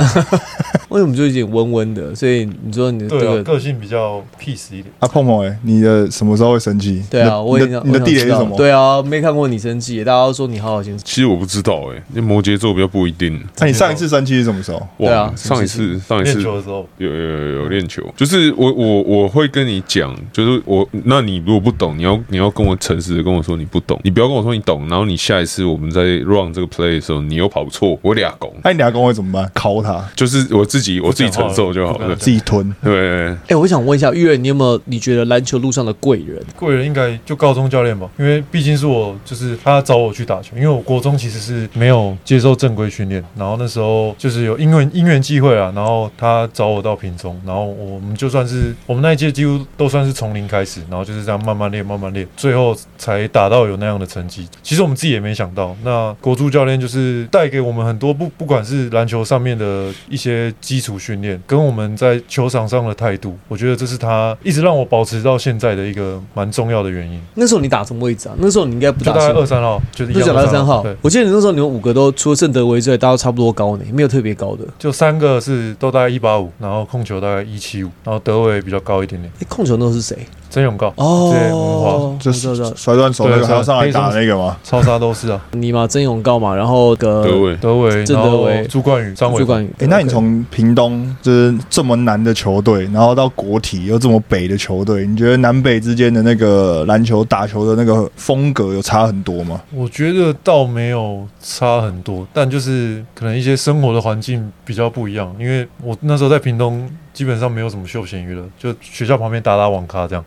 Speaker 3: 为什么就有点温温的？所以你说你的这
Speaker 1: 对啊，
Speaker 3: 个。
Speaker 1: 个性比较 peace 一点。
Speaker 2: 啊，碰碰哎，你的什么时候会生气？
Speaker 3: 对啊，我
Speaker 2: 你
Speaker 3: 也
Speaker 2: 的
Speaker 3: 想
Speaker 2: 你的
Speaker 3: 我想
Speaker 2: 地雷是
Speaker 3: 知道
Speaker 2: 什么？
Speaker 3: 对啊，没看过你生气，大家都说你好好先生气。
Speaker 4: 其实我不知道哎、那摩羯座比较不一定。
Speaker 2: 那你上一次生气是什么时候？
Speaker 3: 对
Speaker 4: 哇，
Speaker 3: 啊
Speaker 4: 上一次上一
Speaker 1: 练
Speaker 4: 次
Speaker 1: 球的时候，
Speaker 4: 有有有有练球，就是我我我会跟你讲，就是我，那你如果不懂，你要你要跟我诚实的跟我说你不懂，你不要跟我说你懂，然后你下一次我们在 run 这个 play 的时候，你又跑错，我俩拱，
Speaker 2: 那你俩跟我会怎么办？敲他？
Speaker 4: 就是我自己我自己承受就好
Speaker 1: 不
Speaker 4: 了
Speaker 1: 敢。
Speaker 2: 自己吞。
Speaker 4: 对对，对
Speaker 3: 哎、我想问一下，玉儿，你有没有你觉得篮球路上的贵人？
Speaker 1: 贵人应该就高中教练吧，因为毕竟是我，就是他找我去打球，因为我国中其实是没有接受正规训练，然后那时候就是有因缘因缘际会啊，然后他找我到屏中，然后我们就算是我们那一届几乎都算是从零开始，然后就是这样慢慢练慢慢练，最后才打到有那样的成绩。其实我们自己也没想到，那国足教练就是带给我们很多不不管是篮球上面的一些基础训练，跟我们在球场上的态度，我觉得这是他一直让我保持到现在的一个蛮重要的原因。
Speaker 3: 那时候你打什么位置啊？那时候你应该不
Speaker 1: 就
Speaker 3: 打
Speaker 1: 大概
Speaker 3: 新
Speaker 1: 二三号，就是一
Speaker 3: 就
Speaker 1: 样
Speaker 3: 讲到三号
Speaker 1: 对，，
Speaker 3: 我记得你那时候你们五个都除了郑德维之外，大家都差不多高呢，没有特别高的。
Speaker 1: 就三个是都大概一八五，然后控球大概一七五，然后德伟比较高一点点，
Speaker 3: 哎，控球那是谁？
Speaker 1: 曾永高
Speaker 3: 哦
Speaker 1: 对文，
Speaker 2: 就
Speaker 3: 我
Speaker 2: 是
Speaker 3: 知道知道
Speaker 2: 摔断手那
Speaker 1: 啊
Speaker 2: 个，还要上来打那个吗？
Speaker 1: 超杀都是啊，
Speaker 3: 你嘛，曾永高嘛，然后个
Speaker 4: 德伟
Speaker 1: 德伟，
Speaker 3: 郑
Speaker 1: 然
Speaker 3: 德
Speaker 1: 后
Speaker 3: 伟
Speaker 1: 朱冠宇、张伟
Speaker 3: 主，管。
Speaker 2: 哎、那你从屏东就是这么难的球队，然后到国体又这么北的球队，你觉得南北之间的那个篮球打球的那个风格有差很多吗？
Speaker 1: 我觉得倒没有差很多，但就是可能一些生活的环境比较不一样。因为我那时候在屏东，基本上没有什么休闲娱乐，就学校旁边打打网咖这样，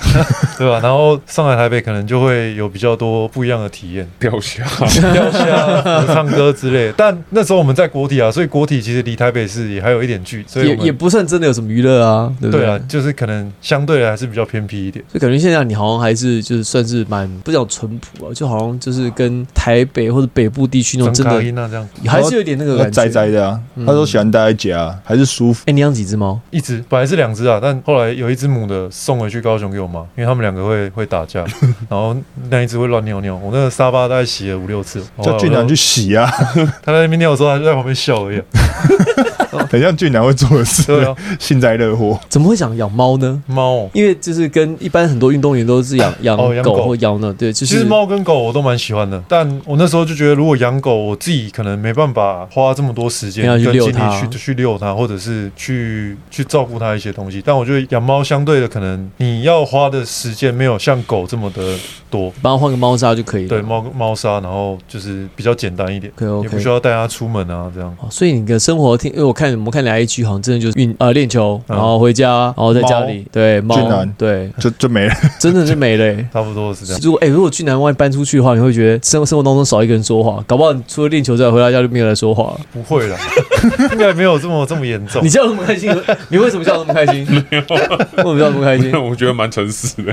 Speaker 1: [laughs] 对吧？然后上来台北，可能就会有比较多不一样的体验，
Speaker 4: 掉下。
Speaker 1: 钓虾、唱歌之类的。但那时候我们在国体啊，所以国体其实离台北市也还有一点距，所以
Speaker 3: 也
Speaker 1: 我们
Speaker 3: 也不算真的有什么娱乐啊，对不
Speaker 1: 对
Speaker 3: 对？
Speaker 1: 啊，就是可能相对来还是比较偏僻一点。
Speaker 3: 就感觉现在你好像还是就是算是蛮不讲淳朴啊，就好像就是跟台北或者北部地区那种真
Speaker 1: 卡
Speaker 3: 的
Speaker 1: 伊那这样
Speaker 3: 还是有点那个感觉。
Speaker 2: 宅宅的啊，
Speaker 3: 嗯
Speaker 2: 他都喜欢待在家，还是舒服。
Speaker 3: 哎，你养几只猫？
Speaker 1: 一只本来是两只啊，但后来有一只母的送回去高雄给我妈，因为他们两个会会打
Speaker 3: [laughs]
Speaker 1: 架，然后那一只会乱尿尿，我那个沙发大概洗了五六
Speaker 3: [laughs]
Speaker 1: 次。
Speaker 2: 叫俊男去洗啊，
Speaker 1: 他在那边尿的时候，他就在旁边笑而已啊。
Speaker 3: [laughs]
Speaker 2: [laughs] 很像俊男会做的
Speaker 1: 对
Speaker 2: 事，
Speaker 1: 啊，
Speaker 2: 幸灾乐祸。
Speaker 3: 怎么会想养猫呢？
Speaker 1: 猫哦，
Speaker 3: 因为就是跟一般很多运动员都是养养
Speaker 1: [coughs] 哦养
Speaker 3: 狗
Speaker 1: 狗
Speaker 3: 或养呢，对，就
Speaker 1: 其
Speaker 3: 是
Speaker 1: 实猫跟狗我都蛮喜欢的，但我那时候就觉得，如果养狗，我自己可能没办法花这么多时间
Speaker 3: 要
Speaker 1: 跟
Speaker 3: 去
Speaker 1: 精
Speaker 3: 遛
Speaker 1: 力
Speaker 3: 它
Speaker 1: 去去遛它，或者是去去照顾它一些东西。但我觉得养猫相对的，可能你要花的时间没有像狗这么的多。
Speaker 3: 帮它换个猫砂就可以了。
Speaker 1: 对猫猫砂，然后就是比较简单一点
Speaker 3: OK，OK
Speaker 1: 也不需要带它出门啊，这样。
Speaker 3: 哦，所以你的生活听，因为我看我们看你的 IG 好像真的就是运呃练球，
Speaker 1: 嗯
Speaker 3: 然后回家，然后在家里对猫
Speaker 2: 俊男
Speaker 3: 对，
Speaker 2: 就就没了，
Speaker 3: 真的是没
Speaker 1: [laughs]
Speaker 3: 了欸。
Speaker 1: 差不多是这样。
Speaker 3: 如果哎、如果去南外搬出去的话，你会觉得生生活当中少一个人说话，搞不好你除了练球之外，回到家就没有人说话了。
Speaker 1: 不会啦，应 [laughs] 该没有这么这么严重
Speaker 3: 你。笑得那么开心， [laughs] 你为什么笑得那么开心？
Speaker 1: [laughs]
Speaker 3: 没有，为什么笑得那么开心？
Speaker 4: 我觉得蛮诚实的，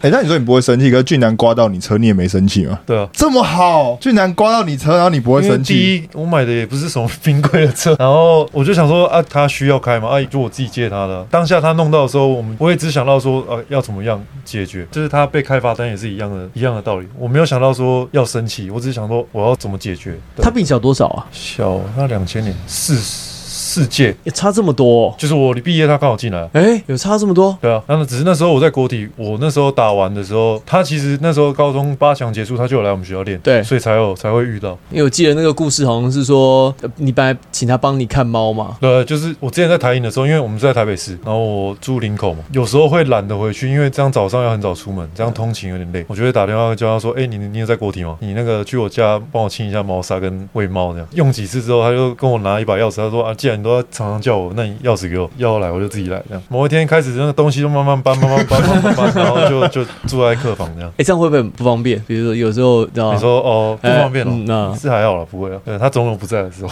Speaker 2: 哎、那你说你不会生气，可是俊男刮到你车，你也没生气吗？
Speaker 1: 对啊，
Speaker 2: 这么好，俊男刮到你车，然后你不会
Speaker 1: 因为
Speaker 2: 生
Speaker 1: 第
Speaker 2: 气？
Speaker 1: 一，我买的也不是什么冰柜的车，然后我就想说啊，他需要开吗？啊，就我自己借他的。啊当下他弄到的时候，我们我也只想到说，呃，要怎么样解决？就是他被开罚单也是一样的，一样的道理。我没有想到说要生气，我只是想说我要怎么解决。对
Speaker 3: 他比你小多少啊？
Speaker 1: 小他两千年四四届，
Speaker 3: 也差这么多、哦？
Speaker 1: 就是我毕业他刚好进来啊。
Speaker 3: 哎、有差这么多？
Speaker 1: 对啊，那只是那时候我在国体，我那时候打完的时候，他其实那时候高中八强结束，他就有来我们学校练，
Speaker 3: 对
Speaker 1: 所以才有才会遇到。
Speaker 3: 因为我记得那个故事好像是说，呃你本来请他帮你看猫嘛，
Speaker 1: 对，就是我之前在台营的时候，因为我们是在台北市，然后我住林口嘛，有时候会懒得回去，因为这样早上要很早出门，这样通勤有点累，我就会打电话叫他说：“哎、你你有在国体吗？你那个去我家帮我清一下猫砂跟喂猫这样。”用几次之后，他就跟我拿一把钥匙，他说：“啊，既然你都要常常叫我，那你钥匙给我，要来我就自己来。”这样，某一天开始，那个东西就慢慢搬，慢慢搬，慢慢搬，然后就就住在客房这样。
Speaker 3: 哎、这样会不会很不方便？比如说有时候，你知道
Speaker 1: 你说哦，不
Speaker 3: 哎
Speaker 1: 方便了、
Speaker 3: 嗯那
Speaker 1: 是还好了，不会了。对他总有不在的 [laughs] 时候，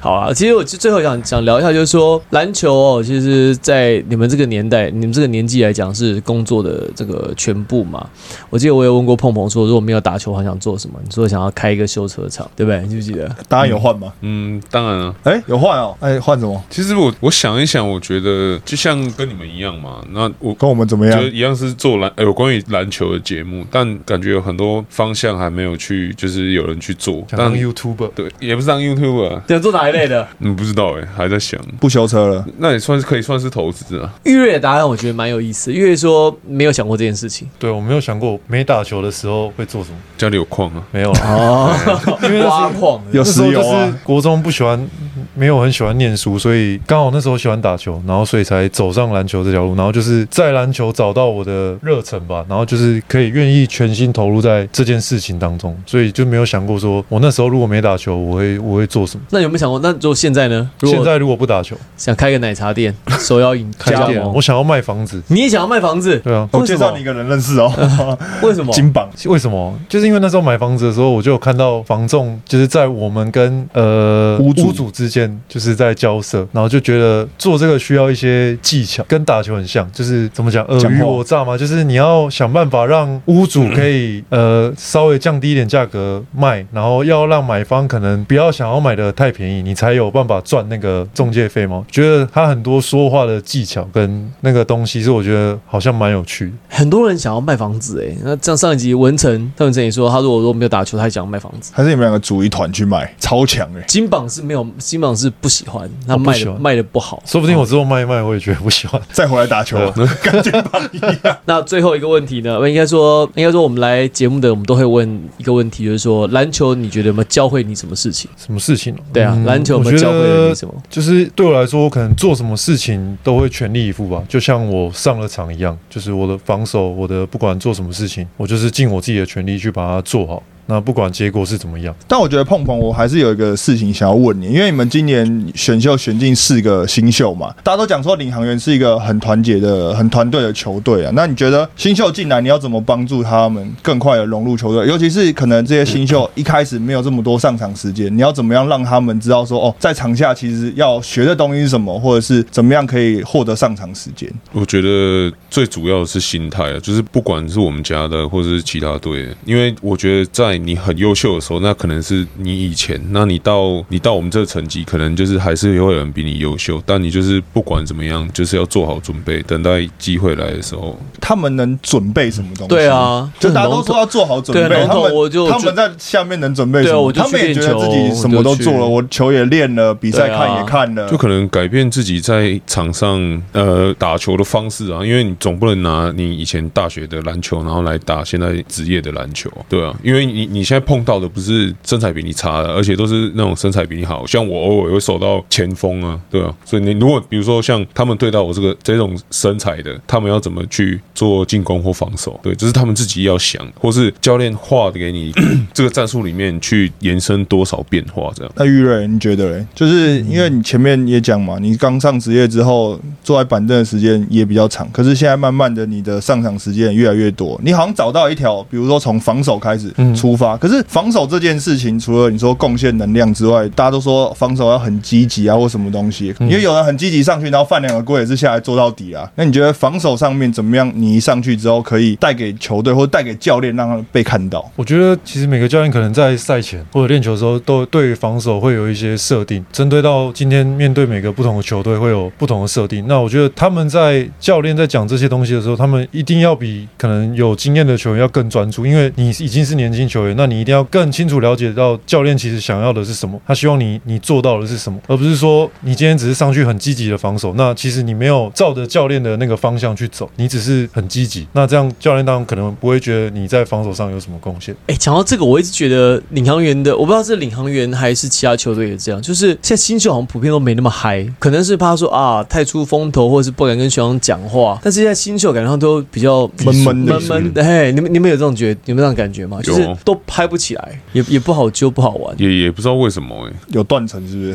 Speaker 3: 好啊，其实我就最后想想聊一下，就是说篮球哦，其实，在你们这个年代、你们这个年纪来讲，是工作的这个全部嘛。我记得我也问过碰碰说，如果没有打球，很想做什么？你说想要开一个修车厂，对不对？你记不记得？
Speaker 2: 答案有换吗？
Speaker 4: 嗯，当然了、
Speaker 2: 哎、有换哦。哎、换什么？
Speaker 4: 其实我我想一想，我觉得就像跟你们一样嘛，那我。
Speaker 2: 跟我们怎么
Speaker 4: 觉
Speaker 2: 样
Speaker 4: 得？一样是做篮、呃有关于篮球的节目，但感觉有很多方向还没有去，就是有人去做。
Speaker 1: 想
Speaker 4: 但
Speaker 1: 当 YouTuber。
Speaker 4: 对，也不是当 YouTuber，
Speaker 3: 想做哪一类的？
Speaker 4: 嗯，不知道哎、还在想。
Speaker 2: 不修车了，
Speaker 4: 那也算是可以算是投资啊。
Speaker 3: 玉瑞的答案我觉得蛮有意思，玉瑞说没有想过这件事情。
Speaker 1: 对，我没有想过没打球的时候会做什么，
Speaker 4: 家里有矿啊，
Speaker 1: 没有啦。
Speaker 3: 哦，
Speaker 1: [laughs] 因为那时候
Speaker 3: 挖矿的
Speaker 2: [laughs] 有
Speaker 1: 那时候
Speaker 2: 石
Speaker 1: 就
Speaker 2: 油啊
Speaker 1: 是，国中不喜欢没有很喜欢念书，所以刚好那时候喜欢打球，然后所以才走上篮球这条路，然后就是在篮球找到我的热忱吧，然后就是可以愿意全心投入在这件事情当中，所以就没有想过说我那时候如果没打球，我会我会做什么。
Speaker 3: 那有没有想过，那如果现在呢？如
Speaker 1: 现
Speaker 3: 果
Speaker 1: 在如果不打球，
Speaker 3: 想开个奶茶
Speaker 1: [laughs]
Speaker 3: 店，手摇饮
Speaker 1: 开
Speaker 3: 加
Speaker 1: 店啊，
Speaker 3: 盟
Speaker 1: 我，想要卖房子。
Speaker 3: 你也想要卖房子？
Speaker 1: 对啊，
Speaker 2: 我哦介绍你一个人认识哦，
Speaker 3: 为 [laughs] 什么？
Speaker 2: 金榜。
Speaker 1: 为什么？就是因为那时候买房子的时候，我就有看到房仲就是在我们跟呃
Speaker 2: 屋主
Speaker 1: 之间就是在交涉，然后就觉得做这个需要一些技巧，跟打球很像，就是怎么讲，尔
Speaker 2: 讲话
Speaker 1: 虞我诈嘛，就是你要想办法让屋主可以呃稍微降低一点价格卖，然后要让买方可能不要想要买的太便宜，你才有办法赚那个中介费嘛。觉得他很多说话的技巧跟那个东西是我觉得好像蛮有趣的。
Speaker 3: 很多人想要卖房子哎、那像上一集文成，邓文成也说，他如果说没有打球，他也想要卖房子。
Speaker 2: 还是你们两个组一团去卖，超强
Speaker 3: [laughs]
Speaker 2: 哎、
Speaker 3: 金榜是没有，金榜是不喜欢，他
Speaker 1: 哦不
Speaker 3: 卖
Speaker 1: 喜
Speaker 3: 的、
Speaker 1: 欢
Speaker 3: 卖的不好。
Speaker 1: 说不定我之后卖一卖，我也觉得不喜欢。
Speaker 2: 再回来打球，
Speaker 3: 嗯
Speaker 2: 感觉不一样。
Speaker 3: 那最后一个问题呢？应该说，应该说我们来节目的，我们都会问一个问题，就是说篮球你觉得有没有教会你什么事情？
Speaker 1: 什么事情哦、
Speaker 3: 对啊，
Speaker 1: 嗯
Speaker 3: 篮球有没有教会了你什么？
Speaker 1: 就是对我来说，我可能做什么事情都会全力以赴吧，就像我上了场一样，就是我的防守，我的不管做什么事情，我就是尽我自己的全力去把它做好。那不管结果是怎么样，
Speaker 2: 但我觉得碰碰，我还是有一个事情想要问你，因为你们今年选秀选进四个新秀嘛，大家都讲说领航员是一个很团结的、很团队的球队啊。那你觉得新秀进来，你要怎么帮助他们更快的融入球队？尤其是可能这些新秀一开始没有这么多上场时间，你要怎么样让他们知道说哦，在场下其实要学的东西是什么，或者是怎么样可以获得上场时间？
Speaker 4: 我觉得最主要的是心态啊，就是不管是我们家的或者是其他队，因为我觉得在你很优秀的时候，那可能是你以前，那你到你到我们这个成绩，可能就是还是会有人比你优秀，但你就是不管怎么样，就是要做好准备，等待机会来的时候。
Speaker 2: 他们能准备什么东西？
Speaker 3: 对啊
Speaker 2: 就
Speaker 3: 这
Speaker 2: 大
Speaker 3: 很
Speaker 2: 家都
Speaker 3: 笼统
Speaker 2: 说要做好准
Speaker 3: 对
Speaker 2: 备，
Speaker 3: 笼
Speaker 2: 他
Speaker 3: 统
Speaker 2: 们
Speaker 3: 我就
Speaker 2: 他
Speaker 3: 就
Speaker 2: 们在下面能准备什
Speaker 3: 对啊
Speaker 2: 么？
Speaker 3: 我就
Speaker 2: 他们
Speaker 3: 去
Speaker 2: 也觉
Speaker 3: 练
Speaker 2: 得
Speaker 3: 球
Speaker 2: 自己什么都做了，
Speaker 3: 我
Speaker 2: 我球也练了，比赛
Speaker 3: 对啊
Speaker 2: 看也看了，
Speaker 4: 就可能改变自己在场上呃打球的方式啊，因为你总不能拿你以前大学的篮球，然后来打现在职业的篮球，对啊，因为你你现在碰到的不是身材比你差的，而且都是那种身材比你好，像我偶尔会守到前锋啊，对啊，所以你如果比如说像他们对到我这个这种身材的，他们要怎么去做进攻或防守，对，这是他们自己要想，或是教练画的给你 [coughs] 这个战术里面去延伸多少变化这样。
Speaker 2: 那玉瑞，你觉得嘞？就是因为你前面也讲嘛，你刚上职业之后，坐在板凳的时间也比较长，可是现在慢慢的，你的上场时间越来越多，你好像找到一条，比如说从防守开始
Speaker 1: 嗯
Speaker 2: 出发。可是防守这件事情，除了你说贡献能量之外，大家都说防守要很积极啊，或什么东西，因为有人很积极上去，然后犯两个规也是下来做到底啊。那你觉得防守上面怎么样？你一上去之后，可以带给球队或带给教练，让他被看到？
Speaker 1: 我觉得其实每个教练可能在赛前或者练球的时候，都对于防守会有一些设定，针对到今天面对每个不同的球队会有不同的设定。那我觉得他们在教练在讲这些东西的时候，他们一定要比可能有经验的球员要更专注，因为你已经是年轻球员，那你一定要更清楚了解到教练其实想要的是什么，他希望你你做到的是什么，而不是说你今天只是上去很积极的防守，那其实你没有照着教练的那个方向去走，你只是很积极，那这样教练当然可能不会觉得你在防守上有什么贡献。
Speaker 3: 哎、讲到这个，我一直觉得领航员的，我不知道是领航员还是其他球队也这样，就是现在新秀好像普遍都没那么嗨，可能是怕说啊太出风头，或者是不敢跟学长讲话。但是现在新秀感觉上都比较
Speaker 2: 闷闷的
Speaker 3: 闷闷的。哎，你们你们有这种觉，你们有这种感觉吗？就是
Speaker 1: 啊
Speaker 4: 有
Speaker 3: 都拍不起来，也也不好揪，不好玩。
Speaker 4: 也也不知道为什么、欸，
Speaker 2: 有断层是不是？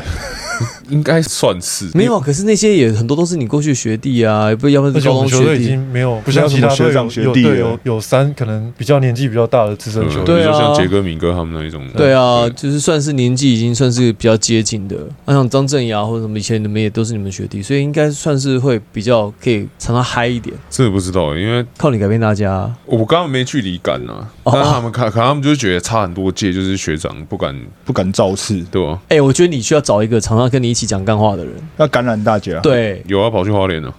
Speaker 4: 应该算是
Speaker 3: 没有啊，可是那些也很多都是你过去的学弟啊，不要不然
Speaker 1: 而且
Speaker 3: 高
Speaker 1: 我们
Speaker 3: 中
Speaker 1: 球
Speaker 3: 学
Speaker 1: 队已
Speaker 3: 弟
Speaker 1: 经。没有不像其他队
Speaker 2: 没有什
Speaker 1: 有
Speaker 2: 么学长学弟
Speaker 1: 有
Speaker 2: 了
Speaker 1: 对有有三可能比较年纪比较大的资深球员，
Speaker 4: 嗯
Speaker 3: 对
Speaker 4: 比如说
Speaker 3: 啊
Speaker 4: 像杰哥、敏哥他们那一种。
Speaker 3: 对啊，就是算是年纪已经算是比较接近的，那像张镇雅或者什么，以前你们也都是你们学弟，所以应该算是会比较可以常常嗨一点，
Speaker 4: 真的不知道欸，因为
Speaker 3: 靠你改变大家。
Speaker 4: 我刚刚没距离感啊，
Speaker 3: 哦
Speaker 4: 但他们看，可能他们就觉得差很多届，就是学长不敢，
Speaker 2: 不敢造次，
Speaker 4: 对吧？
Speaker 3: 哎、我觉得你需要找一个常常跟你一起讲干话的人，
Speaker 2: 要感染大家。
Speaker 3: 对，
Speaker 4: 有啊，跑去花莲了，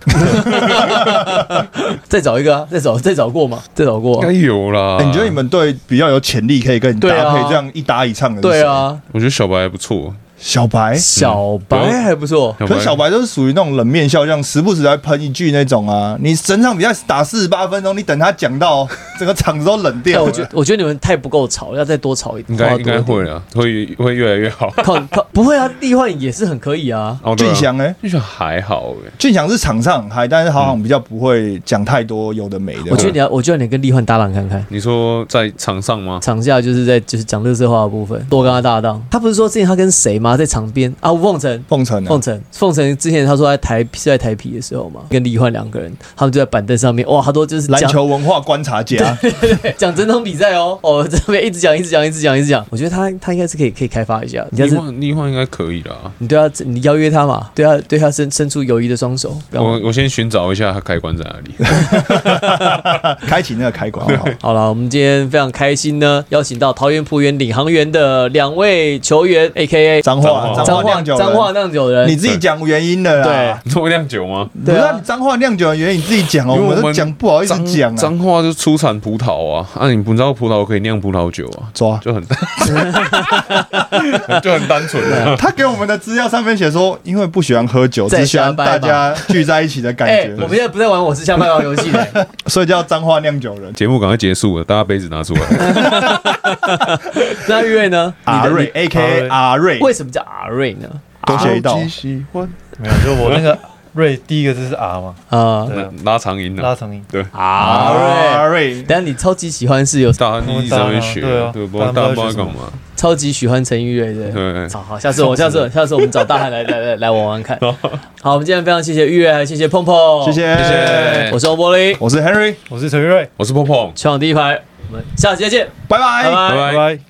Speaker 3: 再找一个啊，再找再找过嘛，再找过
Speaker 4: 应
Speaker 3: 啊、
Speaker 4: 该有啦
Speaker 2: 欸。你觉得你们队比较有潜力，可以跟你
Speaker 3: 对啊
Speaker 2: 搭配这样一搭一唱的？
Speaker 3: 对，啊，哎
Speaker 4: 我觉得小白还不错，
Speaker 2: 小白，
Speaker 4: 嗯
Speaker 3: 小白还不错，
Speaker 4: 小
Speaker 2: 可是小白都是属于那种冷面笑匠，时不时来喷一句那种啊。你整场比赛打四十八分钟，你等他讲
Speaker 3: [laughs]
Speaker 2: 到整个场子都冷
Speaker 3: 但
Speaker 2: 掉
Speaker 3: 我觉
Speaker 2: 了。
Speaker 3: 我觉得你们太不够吵，要再多吵一点，
Speaker 4: 应该
Speaker 3: 话
Speaker 4: 应
Speaker 3: 多一
Speaker 4: 该
Speaker 3: 点
Speaker 4: 会了，会会越来
Speaker 3: [laughs]
Speaker 4: 越好。
Speaker 3: 靠靠，不会啊，立焕也是很可以啊。
Speaker 4: 哦对啊
Speaker 2: 俊祥哎，
Speaker 4: 俊祥还好哎，
Speaker 2: 俊祥是场上很嗨，但是好像比较不会讲太多有的没的。
Speaker 3: 我觉得你要，我觉得你跟立焕搭档看看。
Speaker 4: 你说在场上吗？
Speaker 3: 场下就是在就是讲乐色话的部分，多跟他搭档。他不是说之前他跟谁吗？在场边啊，吴凤城。
Speaker 2: 凤城啊
Speaker 3: 凤，城，凤城之前他说在台是在台皮的时候嘛，跟李焕两个人，他们就在板凳上面，哇，他都就是
Speaker 2: 篮
Speaker 3: 讲
Speaker 2: 球文化观察家，
Speaker 3: [laughs] 讲整场比赛哦，哦，这边一直讲一直讲一直讲一直讲，我觉得他他应该是可以可以开发一下，你要
Speaker 4: 立
Speaker 3: 是
Speaker 4: 焕立焕应该可以啦。
Speaker 3: 你对他你邀约他嘛，对他对他伸伸出友谊的双手，不要
Speaker 4: 我我先寻找一下他开关在哪里。
Speaker 2: [laughs]
Speaker 4: [laughs]
Speaker 2: 开启那个开关。好不好
Speaker 3: 好了，我们今天非常开心呢，邀请到桃园浦园领航员的两位球员，A K A
Speaker 2: 脏话，
Speaker 4: 彰
Speaker 2: 脏
Speaker 3: 彰
Speaker 2: 话
Speaker 3: 化
Speaker 2: 酿酒
Speaker 3: 彰化啊
Speaker 2: 人，
Speaker 3: 酿酒人，
Speaker 2: 你啊自己讲原因的啦。
Speaker 4: 做酿酒吗？
Speaker 2: 不
Speaker 3: 对
Speaker 2: 是
Speaker 3: 啊
Speaker 2: 啊你脏话酿酒的原因你自己讲哦，
Speaker 4: 因为
Speaker 2: 我
Speaker 4: 我
Speaker 2: 们都
Speaker 4: 们
Speaker 2: 讲不好意思
Speaker 4: 脏
Speaker 2: 讲啊。
Speaker 4: 脏话就出产葡萄啊，啊，你不知道葡萄可以酿葡萄酒啊，
Speaker 2: 抓
Speaker 1: [laughs]
Speaker 4: 就很 [laughs] 就很单纯
Speaker 2: [laughs]
Speaker 4: 啊。
Speaker 2: 他给我们的资料上面写说，因为不喜欢喝酒，
Speaker 3: 在
Speaker 2: 只喜欢
Speaker 3: 下
Speaker 2: 大
Speaker 3: 班嘛
Speaker 2: 家聚在一起的感
Speaker 3: [laughs]
Speaker 2: [laughs]
Speaker 3: 哎、
Speaker 2: 觉
Speaker 3: 我，们现在不在玩我是下麦王游戏的，
Speaker 2: 所以叫脏话酿酒人。
Speaker 4: 节目赶快结束了，大家杯子拿出来。
Speaker 3: [laughs] 那玉瑞呢？
Speaker 2: 阿啊瑞，A K A 阿瑞，
Speaker 3: 为什么叫阿瑞呢？
Speaker 2: 多写一道
Speaker 1: 超级喜欢，啊没有，就我那个瑞第一个字是 R 嘛，
Speaker 3: 啊、
Speaker 1: [laughs] 对啊
Speaker 4: 那拉长音
Speaker 1: 拉
Speaker 4: 啊，
Speaker 1: 长音。
Speaker 4: 对，
Speaker 3: 阿
Speaker 2: 阿
Speaker 3: 瑞。
Speaker 2: 瑞，
Speaker 3: 等下你超级喜欢是有
Speaker 4: 大家一直在那边学，
Speaker 1: 对啊
Speaker 4: 对，不知道大
Speaker 1: 大
Speaker 4: 家
Speaker 1: 家
Speaker 4: 不
Speaker 1: 不
Speaker 4: 知
Speaker 1: 知道学什
Speaker 4: 道
Speaker 1: 么
Speaker 4: 干嘛。
Speaker 3: 超级喜欢陈玉瑞的。
Speaker 4: 对，
Speaker 3: [laughs] 好好，下次我下次下次我们找大汉来来来来玩玩 [laughs] 看。好，我们今天非常谢谢玉瑞，还有谢谢碰碰，
Speaker 2: 谢。谢，
Speaker 3: 我是欧柏林，
Speaker 2: 我是 Henry，
Speaker 1: 我是陈玉瑞，
Speaker 4: 我是碰碰，
Speaker 3: 全场第一排，我们下期再见，
Speaker 2: 拜拜
Speaker 3: 拜。拜
Speaker 4: 拜
Speaker 1: 拜拜。